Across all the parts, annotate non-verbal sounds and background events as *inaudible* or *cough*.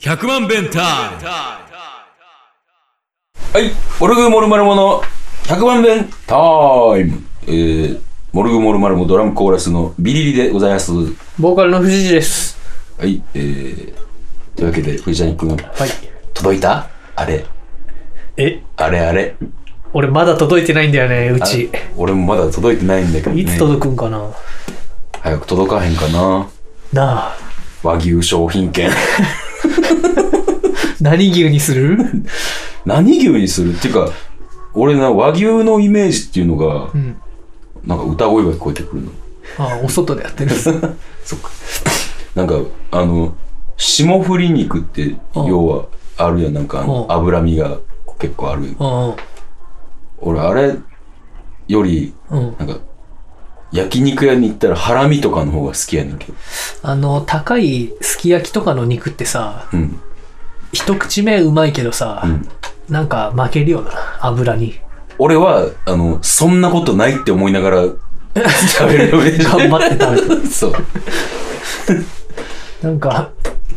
100万弁タはい、モルグモルマルモの100番弁タイム。えー、モルグモルマルモドラムコーラスのビリリでございます。はボーカルの藤井です。い、えー、というわけで、藤谷君、はい。届いたあれ、え、あれあれ。俺まだ届いてないんだよね、うあち。俺もまだ届いてないんだけど、ね。いつ届くんかな。早く届かへんかな。なあ、和牛商品券。 *laughs* 何牛にす *laughs* る何牛にするっていうか、俺な、和牛のイメージっていうのが、んなんか歌声が聞こえてくるの。ああ、お外でや *laughs* ってる。そっか。なんか、あの、霜降り肉って、ん要は、あるやん、なんかあの、うん脂身が結構ある。うん俺、あれより、うん。うん。なんか、焼肉屋に行ったら、ハラミとかの方が好きやねんけど。あの、高いすき焼きとかの肉ってさ、うん。一口目うまいけどさ、なんか負けるような、油に。俺は、あの、そんなことないって思いながら、食べるよね。 *laughs* 頑張って食べてる。そう。なんか、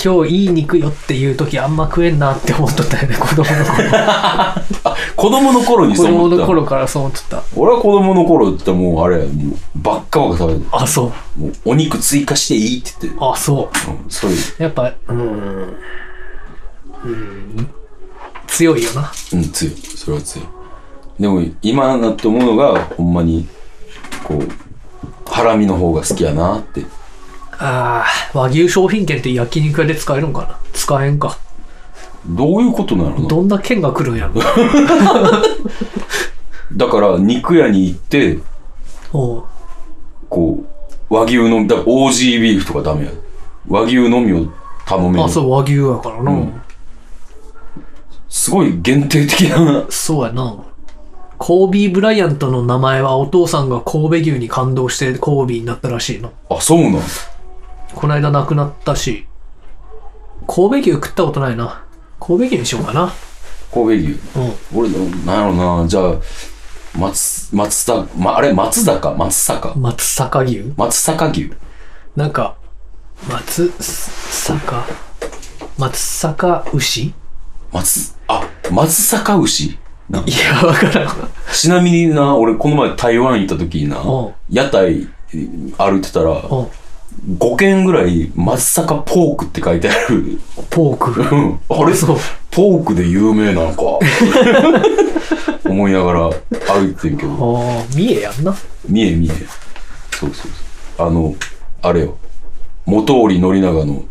今日いい肉よっていう時あんま食えんなって思っとったよね、子供の頃。子供の頃に子そう思供った。の頃からそう思っとった。俺は子供の頃って言ったらもう、あれ、もう、ばっかばっか食べてあ、そう。たもう、お肉追加していいって言って。あ、そう。うん、そういう。やっぱ、うーん、うん、強いよな。うん、強い。それは強い。でも、今なって思うのが、ほんまに、こう、ハラミの方が好きやなって。ああ、和牛商品券って焼肉屋で使えるんかな使えんか。どういうことなのどんな券が来るんやろだから、肉屋に行って、おうこう、和牛のみ、だから OG ビーフとかダメや。和牛のみを頼めるあ、。そう、和牛やからな。うんすごい限定的な。そうやな。コービー・ブライアントの名前はお父さんが神戸牛に感動してコービーになったらしいな。あ、そうなん。こないだ亡くなったし、神戸牛食ったことないな。神戸牛にしようかな。神戸牛。うん。俺、なんやろな。じゃあ、松、松田、ま、あれ、松坂、松坂。松阪牛松坂牛。なんか、松阪、松阪牛い松、あ、松坂牛なんかや、わからん。ちなみにな、俺この前台湾行った時になうん、屋台歩いてたら、お5軒ぐらい松阪ポークって書いてある。ポーク。うんあれそうポークで有名なのか。 *laughs* 思いながら歩いてんけど、ああ、三重やんな。見え見え。そうそうそう。あの、あれよ。元織宣長の、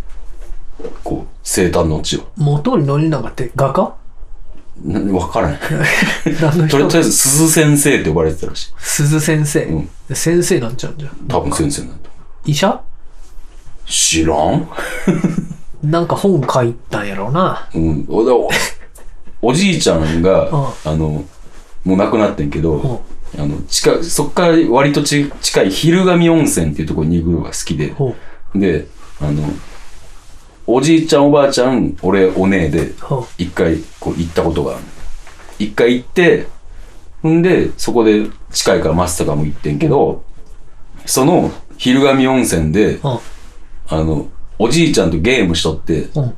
こう、生誕の地を。元に乗りながって画家なわからない。何のとりと人りあえず、鈴先生って呼ばれてたらしい。鈴先生、うん先生なんちゃうんじゃん。多分先生なんだ。医者知らんなんか本書いたんやろうな。うん、おお *laughs* おじいちゃんが、うんあのもう亡くなってんけど、あの近そっから割とち近い昼神温泉っていうところに行くのが好きで、ほう。であのおじいちゃんおばあちゃん俺お姉でほ一回こう行ったことがある一回行ってんでそこで近いから松坂も行ってんけど、その昼神温泉で、う。あのおじいちゃんとゲームしとって、うん。うん。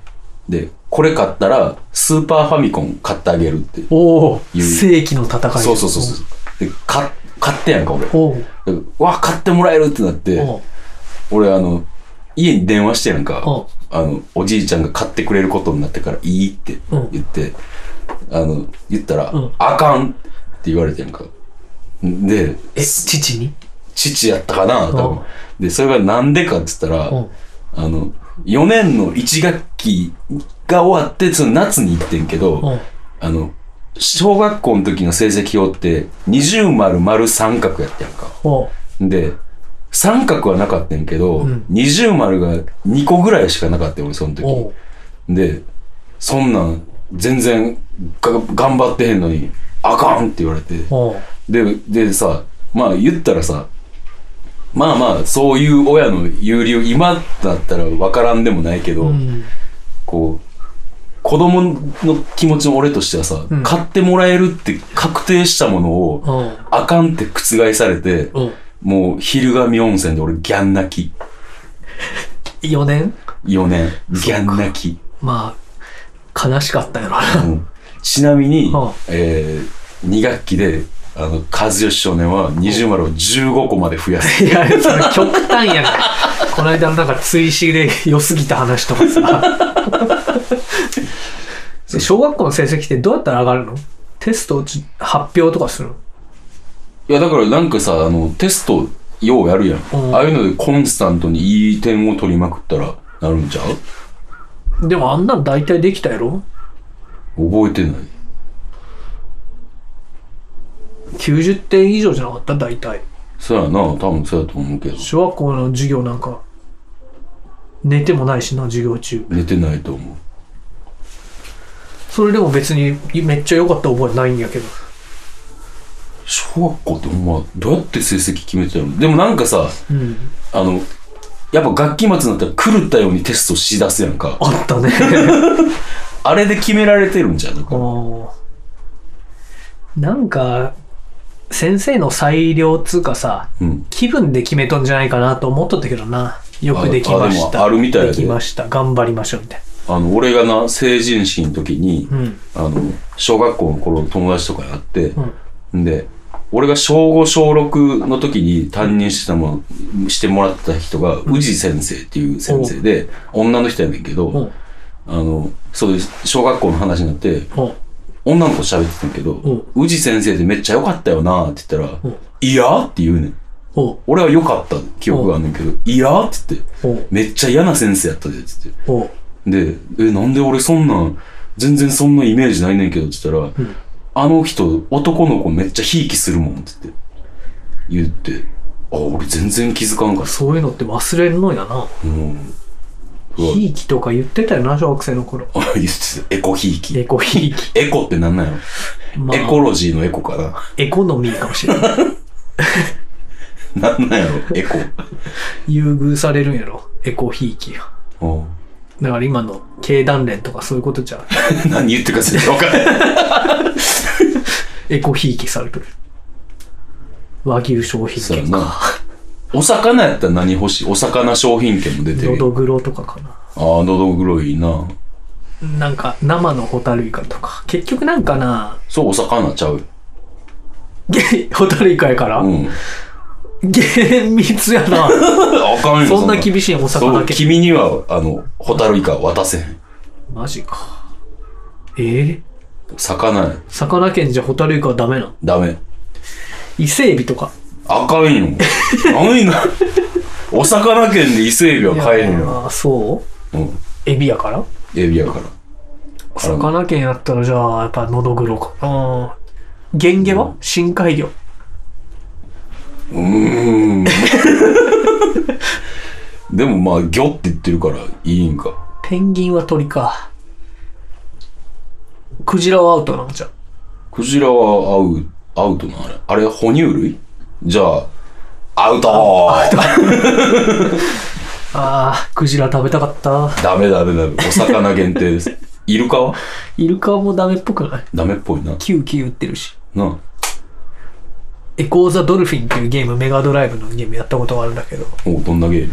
で、これ買ったら、スーパーファミコン買ってあげるって。おお、いう世紀の戦い。そうそうそうそう。で、か買ってやんか、俺。ほう。でうわ、買ってもらえるってなって、ほう。俺、あの、家に電話してやんかうん、あの、おじいちゃんが買ってくれることになってから、いいってうん言って、あの、言ったら、うんあかんって言われてやんか。で、え、父に父やったかな、多分。で、それがなんでかって言ったら、うんあの、4年の1学期が終わって、その夏に行ってんけど、うん。あの、小学校の時の成績表って、二重丸丸三角やったやんか。ほで、三角はなかったんやけどん、二重丸が2個ぐらいしかなかったよ、俺、そのう。お時う。。で、そんなん、全然が、頑張ってへんのに、あかんって言われて。おう。で、でさ、まあ言ったらさ、まあまあ、そういう親の有流、今だったら分からんでもないけど、うん。こう、子供の気持ちの俺としてはさ、ん買ってもらえるって確定したものうを、ん。あかんって覆されて、うん。もう昼神温泉で俺ギャン泣き。 4年4年、ギャン泣き。まあ、悲しかったやろな。うんちなみに、はあえ2学期で、あの、和義少年は20丸を15個まで増やす。いや、それ極端やんか。この間のなんか追試で良すぎた話とかさ。で小学校の成績ってどうやったら上がるのテストじ発表とかするのいや、だからなんかさ、あの、テスト、ようやるやうんん。ああいうのでコンスタントにいい点を取りまくったら、なるんちゃうでもあんなん大体できたやろ覚えてない。 ?90 点以上じゃなかった大体。そうやな、多分そうやと思うけど。小学校の授業なんか、寝てもないしな、授業中。寝てないと思う。それでも別にめっちゃ良かった覚えないんやけど。小学校ってほんま、どうやって成績決めてたのでもなんかさ、うん。あの、やっぱ学期末になったら狂ったようにテストしだすやんか。あったね。あれで決められてるんじゃん。だからおーなんか、先生の裁量つうかさ、うん。気分で決めとんじゃないかなと思っとったけどな。よくできましあた。あでもあるみたいやでできました。頑張りましょうみたいあの、俺がな、成人式の時に、な。うん。あの、小学校の頃の友達とかやって、うん。んで、俺が小5、小6の時に担任してたもの、してもらってた人が、宇治先生っていう先生で、女の人やねんけど、おうあの、そういう小学校の話になって、おう女の子と喋ってたんやけど、う宇治先生ってめっちゃ良かったよなって言ったら、うんいやって言うねん。おう俺は良かった記憶があんねんけど、いやって言って、おうめっちゃ嫌な先生やったでって言って。おうで、え、なんで俺そんなん、全然そんなイメージないねんけどって言ったら、んあの人、男の子めっちゃひいきするもんって言って、言って、あ、俺全然気づかんかっそういうのって忘れるのやな。た。うん。 *laughs* うわひいきとか言ってたよな、小学生の頃。あ言ってたエコひいき。エコひいき。エコってなんなんやろ、まあエコロジーのエコかな。エコノミーかもしれない。なんなんやろエコ。優遇されるんやろ。エコひいきが。おうだから今の経団連とかそういうことじゃん。 *laughs* 何言ってるか全然わかんない。エコひいきされてる。和牛商 *laughs* 品そうや券なか。。お魚やったら何欲しいお魚商品券も出てのる。どぐろとかかな。ああ、のどぐろいいな。なんか生のホタルイカとか。結局なんかな、そう、お魚ちゃうよ。げホタルイカやから、うん。厳密や *laughs* な。あかんよ。そんな厳しいおそ魚う、系。君には、あの、ホタルイカ渡せへん。マジか。ええ魚や。魚券じゃホタルイカはダメなのダメ。伊勢エビとか。あかんよ。 *laughs* 何な。お魚券で伊勢エビは買えへんよ。ああ、そううん。エビやからエビやから。魚券やったらじゃあ、やっぱのどぐろか。ああ。原魚は、深海魚。う *laughs* ーん。でもまあ、魚って言ってるからいいんか。ペンギンは鳥か。クジラはアウトなんじゃん。クジラはアウアウトなのあれ。あれ、哺乳類じゃあ、アウトああ、クジラ食べたかった。ダメダメダメ。お魚限定です。イルカはイルカもダメっぽくないダメっぽいな。キューキュー売ってるし。なエコーザドルフィンっていうゲーム、メガドライブのゲームやったことがあるんだけど、おうどんなゲーム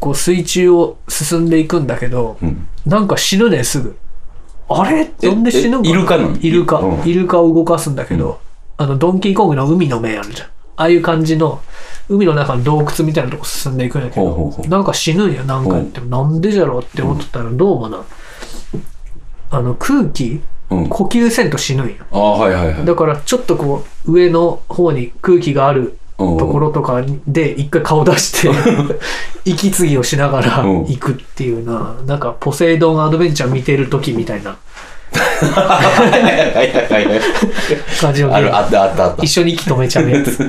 こう水中を進んでいくんだけど、うん。なんか死ぬねんすぐ。あれえなんで死ぬんかなえイルカなのイルカ、うんイルカを動かすんだけど、あの、ドンキーコングの海の面あるじゃん。ああいう感じの、海の中の洞窟みたいなとこ進んでいくんやけど、ほうほうほうなんか死ぬんや、なんかやっても。なんでじゃろうって思っとったら、どうもな、あの、空気、うん。呼吸せんと死ぬんや。ああ、はいはいはい。だから、ちょっとこう、上の方に空気があるところとかで、一回顔出して、 *laughs* 息継ぎをしながらうん行くっていうな、なんか、ポセイドンアドベンチャー見てる時みたいなはいはいはいはい。感じのゲある、ーあム。ったあったあっ *laughs* 一緒に息止めちゃうやつ。た。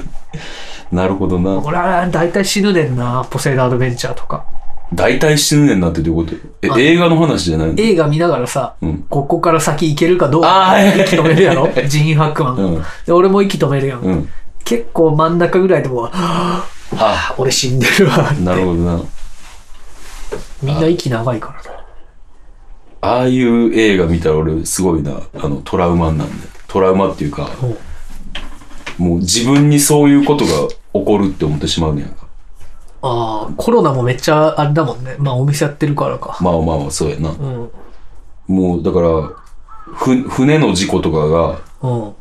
なるほどな。俺は大体死ぬねんな、ポセイドンアドベンチャーとか。大体死ぬねんなってどういうことあえ、映画の話じゃないの映画見ながらさ、うんここから先行けるかどうあかー息止める *laughs* やろジン・ハックマンが、うんで俺も息止めるやん、うん。結構真ん中ぐらいでもはああ俺死んでるわなるほどな。みんな息長いからなああいう映画見たら俺すごいな、あの、トラウマになんだよ。トラウマっていうか、もうもう自分にそういうことが起こるって思ってしまうねやんか。ああ、コロナもめっちゃあれだもんね。まあお店やってるからか。まあまあまあ、そうやな。うん。うん。もう、だから、ふ、船の事故とかが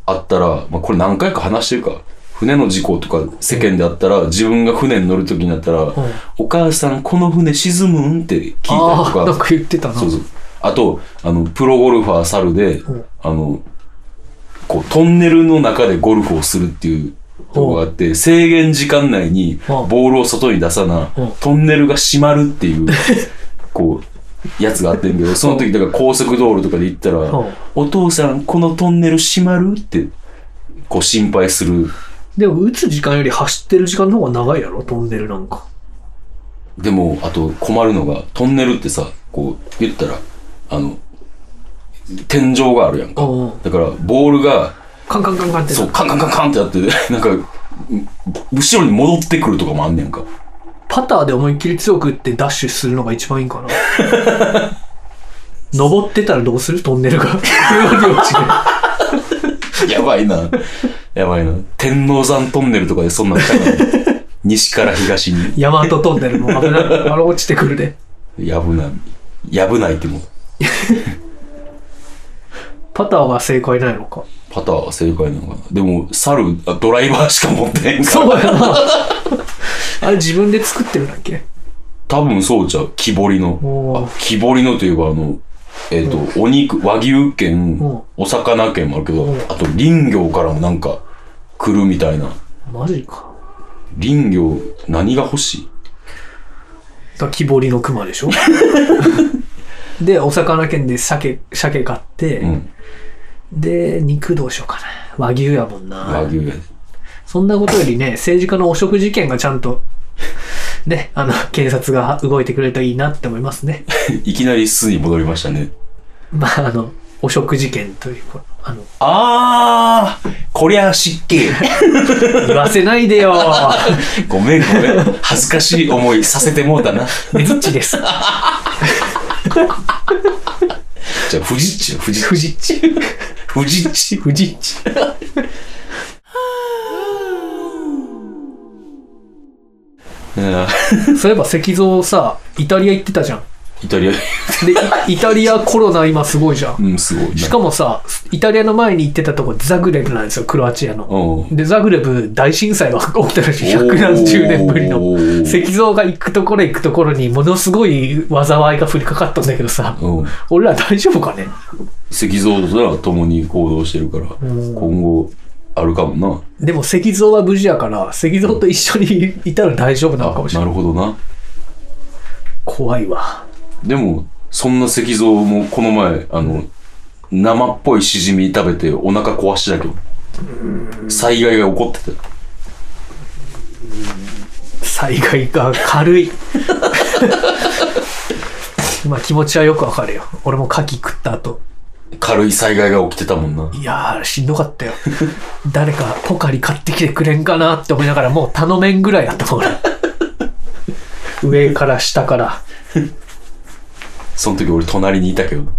あったら、まあこれ何回か話してるか。船の事故とか世間であったら、自分が船に乗る時になったら、お母さんこの船沈むんって聞いたりとああ、か。なんか言ってたな。そうそう。あと、あの、プロゴルファー猿でん、あの、こう、トンネルの中でゴルフをするっていうとこがあって、制限時間内にほうボールを外に出さなうん、トンネルが閉まるって *laughs* いう、こう、やつがあってんけど、その時、だから高速道路とかで行ったらほう、お父さん、このトンネル閉まるって、こう心配する。でも打つ時間より走ってる時間の方が長いやろ、トンネルなんか。でも、あと困るのが、トンネルってさ、こう、言ったら、あの、天井があるやんか。うんうんだから、ボールが、カンカンカンカンってな。そう、カンカンカンカンってやって、なんか、後ろに戻ってくるとかもあんねんか。パターで思いっきり強く打ってダッシュするのが一番いいんかな。 *laughs* 登ってたらどうするトンネルが。 *laughs* 車に落ちてやばいな。やばいな。天王山トンネルとかでそんなんしたから、西から東に。ヤマトトンネルも危 *laughs* ない。あれ落ちてくるで。やぶない。やぶないってもう、パターは正解ないのか。パターは正解なのかな。でも、猿、あドライバーしか持ってへんから。そうやな。あれ自分で作ってるんだっけ多分そうちゃう。木彫りおのー。あ木彫りのといえば、あの、えっ、と、お肉、和牛券うん、お魚券もあるけどん、あと林業からもなんか来るみたいな。マジか。林業、何が欲しいだから木彫りの熊で *laughs* しょで、お魚券で鮭、鮭買って、うん。で、肉どうしようかな。和牛やもん和な。牛 *laughs* やで。そんなことよりね、政治家の汚職事件がちゃんと、ね、あの、警察が動いてくれるといいなって思いますね。いきなり巣に戻りましたね。まあ、あの、汚職事件というか、あの、あー、こりゃ失敬。言わせない *laughs* でよごめんごめん。恥ずかしい思いさせてもうたな。ねずっちです。じゃあ、富士っちよ、富士っち。じっち。富士っち。ふじっち。うんそういえば石像さ、イタリア行ってたじゃん。イタリア、で、イイタリアコロナ今すごいじゃん。うん、すごいな。しかもさ、イタリアの前に行ってたとこザグレブなんですよ、クロアチアの。うん。で、ザグレブ大震災が *laughs* 起きたらしい、百何十年ぶりの。おー石像が行くところへ行くところにものすごい災いが降りかかったんだけどさ、うん、俺ら大丈夫かね石像とは共に行動してるから、ん今後あるかもな。でも石像は無事やから、石像と一緒にいたら大丈夫なのかもしれなない。るほどな。怖いわ。でも、そんな石像もこの前、あの、生っぽいしじみ食べてお腹壊してたけど、災害が起こってた。災害が *laughs* 軽いまあ気持ちはよくわかるよ俺も牡蠣食った後軽い災害が起きてたもんな。いやーしんどかったよ誰かポカリ買ってきてくれんかなって思いながらもう頼めんぐらいだったもん俺上から下からその時俺隣にいたけどな。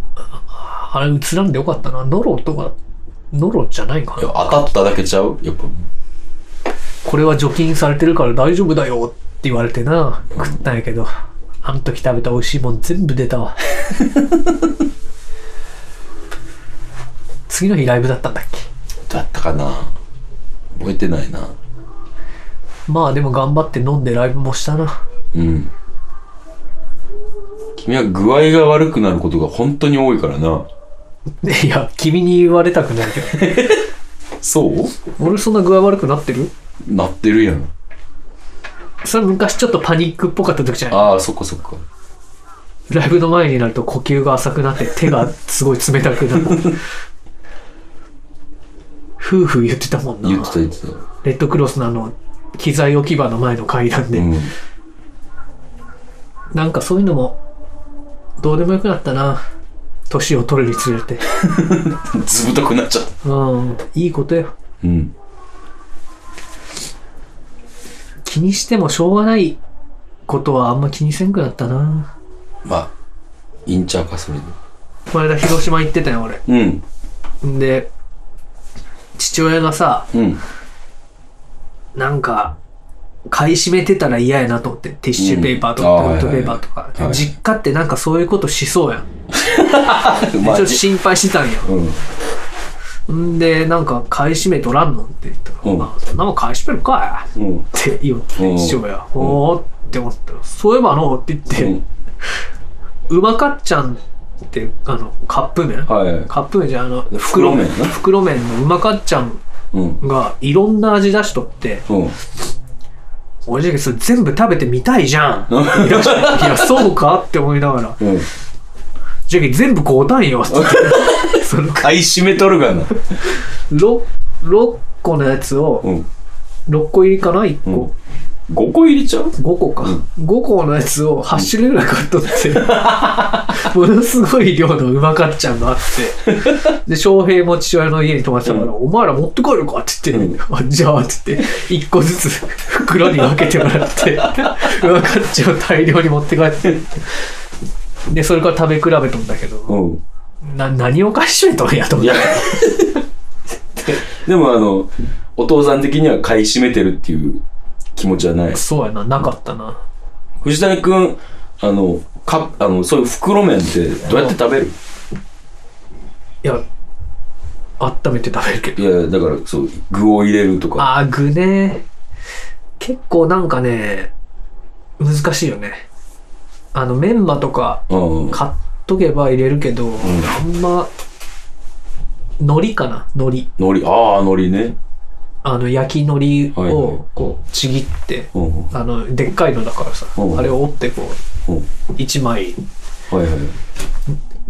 あれ映らんでよかったなノロとかノロじゃないかいやな当たっただけちゃうやっぱ。これは除菌されてるから大丈夫だよって言われてな食ったんやけどあの時食べた美味しいもん全部出たわ次の日ライブだったんだっけだったかな覚えてないな。まあでも頑張って飲んでライブもしたな。うん。君は具合が悪くなることが本当に多いからな。いや、君に言われたくないけど。そう俺そんな具合悪くなってるなってるやん。それ昔ちょっとパニックっぽかった時じゃないああ、そっかそっか。ライブの前になると呼吸が浅くなって手がすごい冷た *laughs* くなる。夫婦言ってたもんな。言ってた言ってた。レッドクロスのあの、機材置き場の前の階段で。うん。なんかそういうのも、どうでもよくなったな。年を取るにつれて。ずぶとくなっちゃった。うん、いいことよ。うん。気にしてもしょうがないことはあんま気にせんくなったなまあ、いいんちゃうか、それで。この間広島行ってたよ俺うん。んで父親がさ *laughs* うん。なんか買い占めてたら嫌やなと思って、ティッシュペーパーとか、うんトイレットペーパーとあかはいはいはい。はい実家ってなんかそういうことしそうやん。まあちょっと心配してたんや。うん。んで、なんか買い占めとらんのって言ったから、うんまあ、そんなもん買い占めるかいうん。って言って、うん一緒や。おーって思ったら、そういえばのって言って、うんうまかっちゃんって、あの、カップ麺、はい。カップ麺じゃあの、袋麺な袋麺のうまかっちゃんうん。がいろんな味出しとって、うん。俺じゃけそれ全部食べてみたいじゃん。いや、いやそうかって思いながら、うん。じゃけ全部買うたんよって言って、その買い占めとるがな。 6、六個のやつうを、ん。 6個入りかな ?1 個。うん5個入れちゃう5個か、5個のやつを8種類ぐらい買っとって、 *laughs* ものすごい量のうまかっちゃんがあってで翔平も父親の家に泊まってたからう「んお前ら持って帰るか」って言って「うんあじゃあ」って言って1個ずつ袋に分けてもらってうまかっちゃんを大量に持って帰ってでそれから食べ比べとんだけど、うん。な何をかしめとんやと思いっや。 *laughs* でもあの、お父さん的には買い占めてるっていう気持ちはないて。そうやななかったな藤谷くん、あの、か、あの、そういう袋麺ってどうやって食べるいや温めて食べるけどいや、だから、そう、具を入れるとか。あー具ね結構なんかね難しいよねあのメンマとかうん。買っとけば入れるけど、あんま海苔かな海苔海苔、ああ、海苔ね。あの焼き海苔はいはいをこうちぎって、うん。うんあのでっかいのだからさ、うんあれを折ってこううん。 1枚はいはい。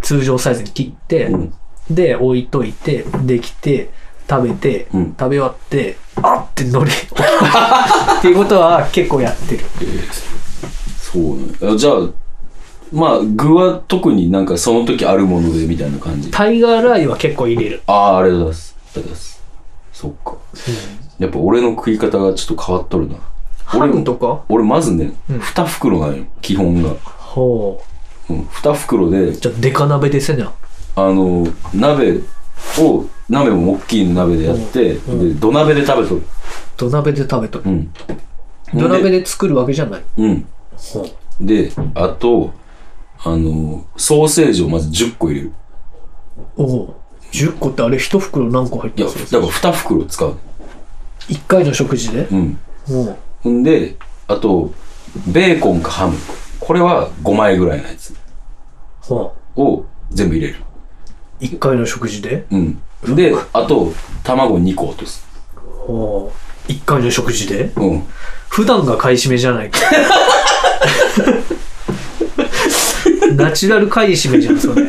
通常サイズに切って、うん。で置いといてできて食べて、うん食べ終わってあって海苔 *laughs* っていうことは結構やってるえーそうね。あじゃあ、まあ、具は特になんかその時あるものでみたいな感じ。あタイガーライは結構入れる。あー、ありがとうございます。ありがとうございます。そっか。やっぱ俺の食い方がちょっと変わっとるな。ハムとか俺まずね、うん2袋なんよ、基本が。ほう。うん、2袋で、じゃあ、デカ鍋でせな。あの、鍋を、鍋も大きい鍋でやって、うんで、土鍋で食べとる。土鍋で食べとる。うん。土鍋でで作るわけじゃない。うん。ほう。で、あと、あの、ソーセージをまず10個入れる。おう。10個ってあれ1袋何個入っいてや、るだから2袋使う。 1回の食事でうん。ほう。ほんで、あと、ベーコンかハム。これは5枚ぐらいのやつほを全部入れる。う。1回の食事でうん。で、あと、卵2個落とす。ほう。1回の食事でうん。普段が買い占めじゃないか。 *laughs* ナチュラル買い占めじゃん、それ。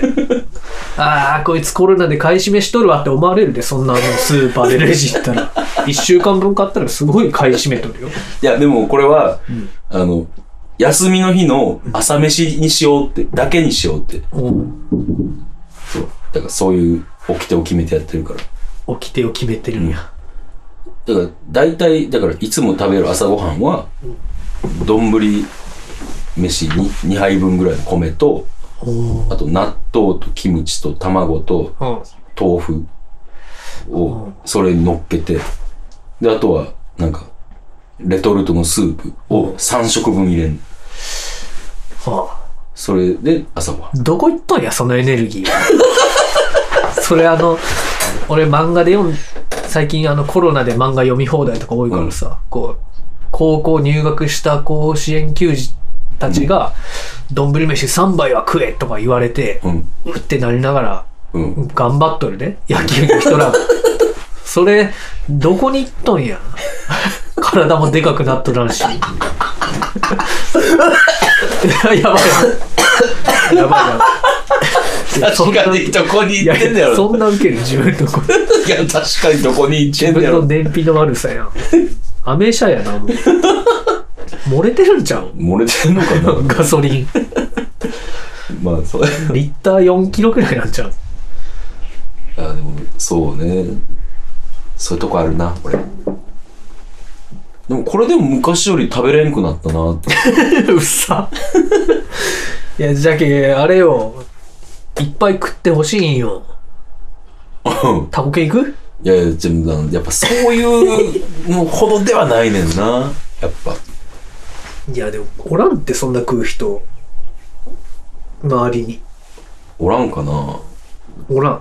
ああ、こいつコロナで買い占めしとるわって思われるで、そんなあのスーパーでレジ行ったら。1週間分買ったらすごい買い占めとるよ。いや、でもこれは、あの、休みの日の朝飯にしようって、だけにしようって。うんそう。だからそういう、掟を決めてやってるから。掟を決めてるんや。だから、大体、だから、いつも食べる朝ごはんは、丼飯に2杯分ぐらいの米と、おーあと納豆とキムチと卵とうん豆腐を、それに乗っけて、で、あとは、なんか、レトルトのスープを3食分入れん。はそれで朝ごはんあ、。どこ行ったんや、そのエネルギー *laughs* はそれあの、俺漫画で読ん、最近あのコロナで漫画読み放題とか多いからさ、こう、高校入学した甲子園球児たちが、丼飯3杯は食えとか言われて、うん。うってなりながら、うん。頑張っとるね、野球の人らが。それ、どこに行っとんや。体もでかくなっとらんし。い *laughs* ややばいやばい。やばいやばい。そん確なかにどこにい行ってんだやよ。そんな受ける自分のこいや、確かにどこに行って自んだ分のよ。燃費の悪さやん。アメ車やな、もう。漏れてるんちゃう漏れてんのか *laughs* なガソリン。まあ、そう。リッター4キロくらいなんちゃうあでも、そうね。そういうとこあるな、俺。でも、これでも昔より食べれんくなった *laughs* なって。うっさ。いや、じゃけ、あれよ。いっぱい食ってほしいんよ。タコ系行くいやいや、全部、やっぱそういうのほどではないねんな。やっぱ。いや、でも、おらんって、そんな食う人。周りに。おらんかなおら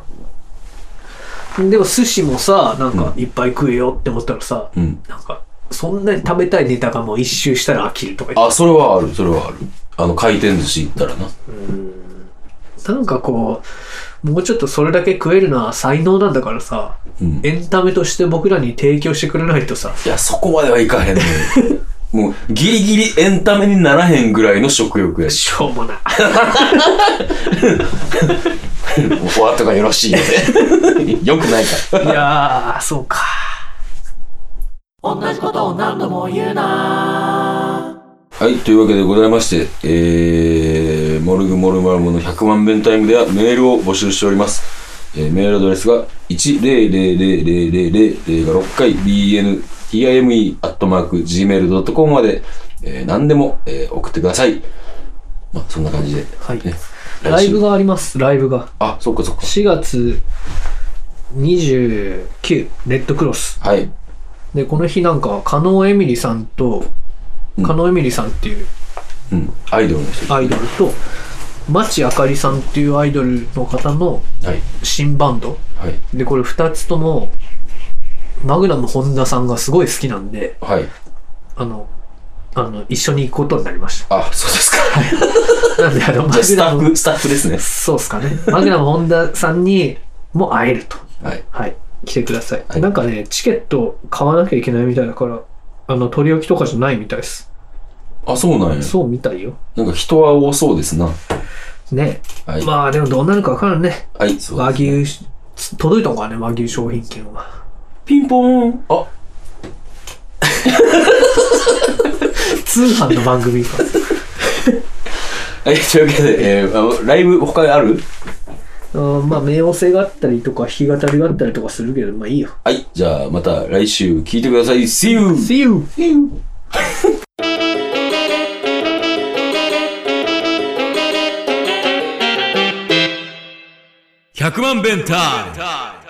ん。でも、寿司もさ、なんか、いっぱい食えよって思ったらさ、うん。なんか、そんなに食べたいネタがもう一周したら飽きるとか言っあ、それはある、それはある。あの、回転寿司行ったらな。てなんかこう、もうちょっとそれだけ食えるのは才能なんだからさ、うん。エンタメとして僕らに提供してくれないとさ、いや、そこまではいかへんね *laughs* もう、ギリギリエンタメにならへんぐらいの食欲やし。 *laughs* しょうも *laughs* ない。おわとかよろしいよね。 *laughs* よくないから。いやー、そうか。はい、というわけでございまして、えー、モルグモルマルモの100万弁タイムではメールを募集しております。えーメールアドレスが1000000が6回 bntime.gmail.com まで、えー何でも、えー送ってください。まあ、そんな感じで。はいねライブが。があります、ライブが。あ、そっかそっか。 4月29、レッドクロス。はい。で、この日なんか、加納エミリさんと、うん加納エミリさんっていううん。アイドルの人。アイドルと、町あかりさんっていうアイドルの方のはい。新バンド。はい。で、これ2つとも、マグナム本田さんがすごい好きなんで、はい。あの、あの、一緒に行くことになりましあ、そうですか。 *laughs* た。なんで、あの、マじゃあスタッグナム、フ、スタッフですね。そうっすかね。 *laughs* マグナム本田さんにも会えると。はい。はい。来てください。はいなんかね、チケット買わなきゃいけないみたいだから、あの、取り置きとかじゃないみたいです。あ、そうなんや。そうみたいよ。なんか人は多そうですな。はね。い。まあ、でもどうなるかわからんね。はい、そう和ですね牛し、届いたのかね、和牛商品券は。ピンポーン。あ、通販の *laughs* 番組か。はい、というわけで、えー、あライブ他あるうんまあ、冥王星があったりとか、弾き語りがあったりとかするけど、まあいいよ。はい、じゃあまた来週聞いてください。See you! See you! See you! !100 万弁タイム